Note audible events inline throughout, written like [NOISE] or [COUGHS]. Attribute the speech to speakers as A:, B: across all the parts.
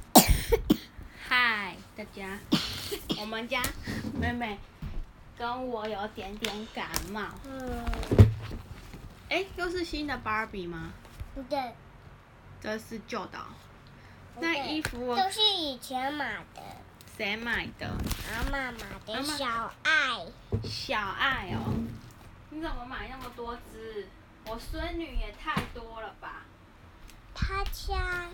A: [COUGHS] 大家， [COUGHS] 我们家妹妹跟我有点点感冒。
B: 嗯，
A: 哎，又是新的芭比吗？
B: 对，
A: 这是旧的哦、
B: 不
A: 那
B: 对
A: 衣服我
B: 都是以前买的，
A: 谁买的？
B: 阿妈买
A: 阿
B: 的
A: 嬷
B: 小爱，
A: 小爱哦，你怎么买那么多只？我孙女也太多了吧？
B: 她掐，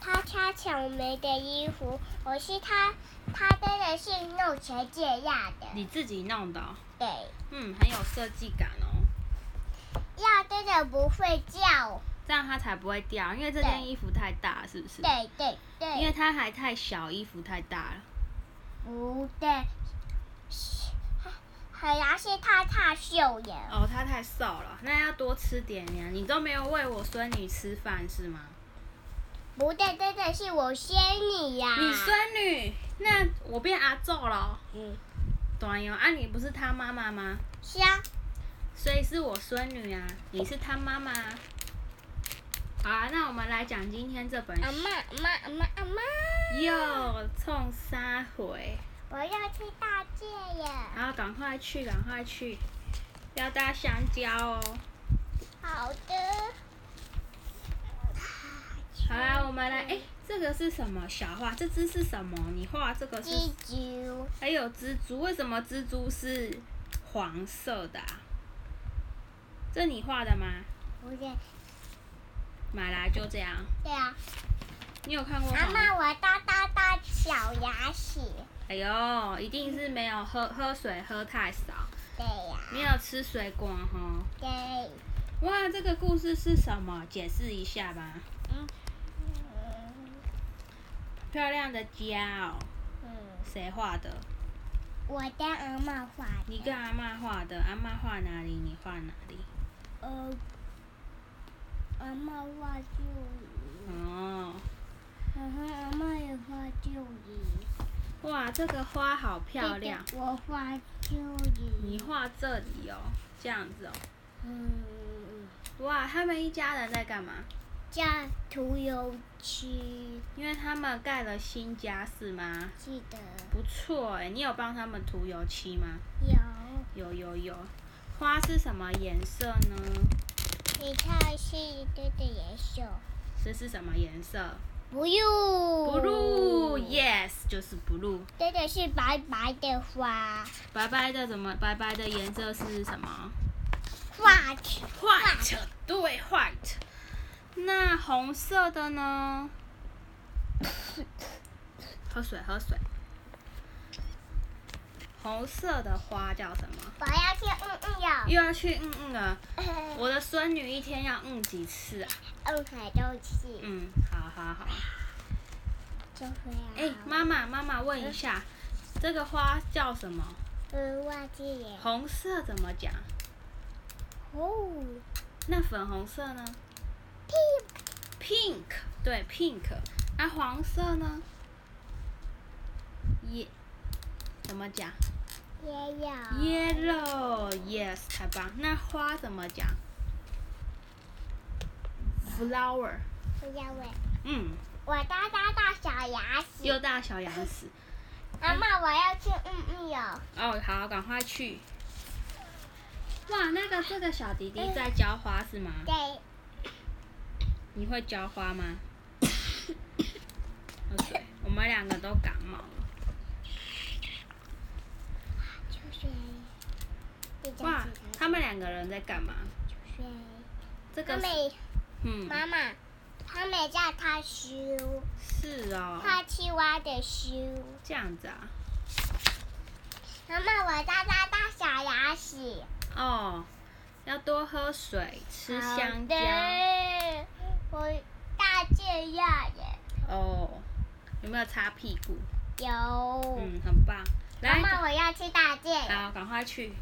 B: 她掐小梅的衣服，我是她，她真的是弄成这样的，
A: 你自己弄的哦、
B: 对，
A: 嗯，很有设计感哦。
B: 要真的不会叫，
A: 这样它才不会掉，因为这
B: 对
A: 件衣服太大，是不是？
B: 对对
A: 因为
B: 对，
A: 它还太小，衣服太大了。
B: 不对，好像是她太秀耶，
A: 哦，它太瘦了，那要多吃点呀。你都没有喂我孙女吃饭是吗？
B: 不对，真的是我仙女呀，
A: 你孙女，那我变阿昼了。
B: 嗯，
A: 对哟、啊，你不是她妈妈吗？
B: 是啊。
A: 所以是我孙女啊，你是她妈妈啊。好啊，那我们来讲今天这本
B: 阿妈，阿妈，阿妈，阿妈，
A: 又冲沙回，
B: 我要去大借耶！
A: 然后赶快去，赶快去，要搭香蕉哦。
B: 好的。
A: 好啦，我们来，哎、这个是什么小画？这只是什么？你画这个是？
B: 鸡酒，
A: 还有蜘蛛，为什么蜘蛛是黄色的、啊？这你画的吗？
B: 不对，
A: 买来就这样。
B: 对啊。
A: 你有看过
B: 阿
A: 黄？
B: 妈，我大大大小牙齿。
A: 哎呦，一定是没有喝喝水喝太少，
B: 对呀、
A: 没有吃水果哈。
B: 对。
A: 哇，这个故事是什么？解释一下吧。
B: 嗯
A: 漂亮的家哦，
B: 嗯，
A: 谁画的？
B: 我的阿妈画的。
A: 你跟阿妈画的，阿妈画哪里？你画哪里？
B: 呃，阿妈画就，
A: 哦，
B: 然后阿妈也画就椅。
A: 哇，这个花好漂亮。
B: 对对我画就椅。
A: 你画这里哦，这样子哦。
B: 嗯。
A: 哇，他们一家人在干嘛？
B: 加涂油漆，
A: 因为他们盖了新家是吗？
B: 记得
A: 不错哎，你有帮他们涂油漆吗？
B: 有。
A: 有有有。花是什么颜色呢？
B: 你看是一堆的哦颜色
A: 这是什么颜色
B: ，blue。
A: ？blue，yes，就是 blue。
B: 真的是白白的花
A: 白白的怎么？白白的颜色是什么
B: ，white。
A: ？white，对，white。那红色的呢？喝水，喝水。红色的花叫什么？
B: 我要去嗯嗯哟，
A: 又要去嗯嗯了。
B: 嗯，
A: 我的孙女一天要嗯几次啊？
B: 海东西，
A: 嗯，好好好。
B: 就会
A: 哎、
B: 啊。
A: 妈妈妈妈问一下，这个花叫什么？
B: 嗯，忘记了。
A: 红色怎么讲？
B: 哦
A: 那粉红色呢
B: ，pink，
A: ？Pink，对，pink。那、黄色呢？耶，怎么讲
B: 也有。
A: ？Yellow，yes，太棒。那花怎么讲？Flower，
B: 不要问，
A: 嗯，
B: 我大大大小牙
A: 又
B: 齿。
A: 大小牙齿。
B: 妈妈，我要去嗯嗯哟。
A: 哦，好，赶快去。哇，那个这个小弟弟在浇花是吗？
B: 对，
A: 你会浇花
B: [LAUGHS]
A: 吗？喝水，我们两个都感冒了。
B: 就是。这种
A: 哇
B: 纸条，
A: 他们两个人在干嘛？
B: 对，
A: 这
B: 他
A: 个是，
B: 们
A: 嗯，
B: 妈妈，他们叫他修，
A: 是哦，
B: 画青蛙的修。
A: 这样子啊，
B: 妈妈，我大大大小牙齿，
A: 哦，要多喝水，吃香蕉
B: 好，的我大这样耶，
A: 哦，有没有擦屁股？
B: 有。
A: 嗯，很棒。
B: 妈
A: 来，
B: 妈，我要吃大件。
A: 好，赶快去。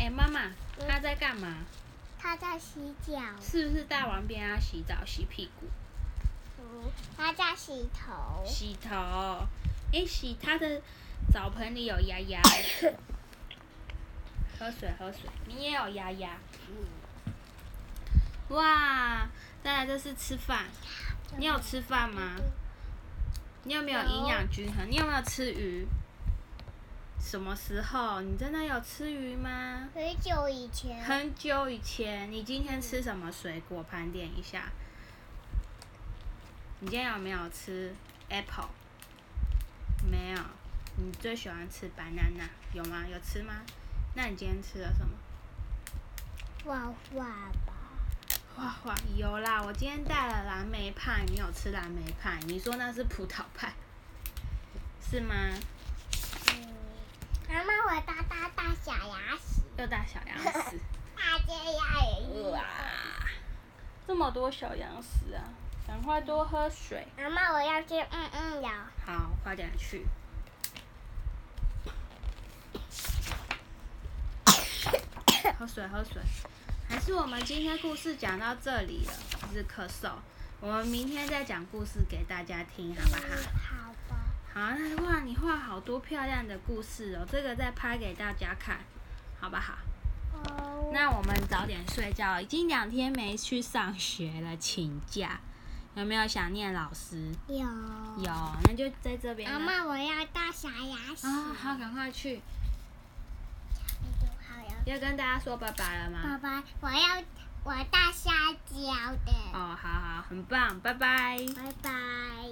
A: 哎、妈妈，
B: 嗯
A: 他在干嘛？
B: 他在洗脚，
A: 是不是大完便要洗澡、洗屁股、
B: 嗯他在洗头。
A: 洗头？哎、洗他的澡盆里有丫丫。喝水，喝水，你也有丫丫。哇，再来就是吃饭，你有吃饭吗？你有没有营养均衡？你有没有吃鱼？什么时候？你真的有吃鱼吗？
B: 很久以前，
A: 很久以前，你今天吃什么水果？盘点一下。你今天有没有吃 apple？没有。你最喜欢吃 banana 有吗？有吃吗？那你今天吃了什么？
B: 画画吧，
A: 画画有啦，我今天带了蓝莓派，你有吃蓝莓派？你说那是葡萄派，是吗？
B: 嗯，妈妈，我大大大小牙齿，
A: 又大小羊屎，
B: 大尖牙也
A: 哇，这么多小羊屎啊！赶快多喝水。
B: 妈妈，我要去嗯嗯了。
A: 好，快点去。喝水，喝水。还是我们今天故事讲到这里了，一直咳嗽。我们明天再讲故事给大家听，好不好？
B: 好吧。
A: 好，那哇，你画好多漂亮的故事哦，这个再拍给大家看，好不好？
B: 哦
A: 那我们早点睡觉，已经两天没去上学了，请假，有没有想念老师？
B: 有。
A: 有。，那就在这边
B: 妈
A: 啦。
B: 妈，我要大小牙齿。
A: 啊，好，赶快去，
B: 好呀。
A: 要跟大家说拜拜了
B: 爸
A: 吗？
B: 爸，我要我大虾饺的。
A: 哦哦，好好，很棒，拜拜。
B: 拜拜。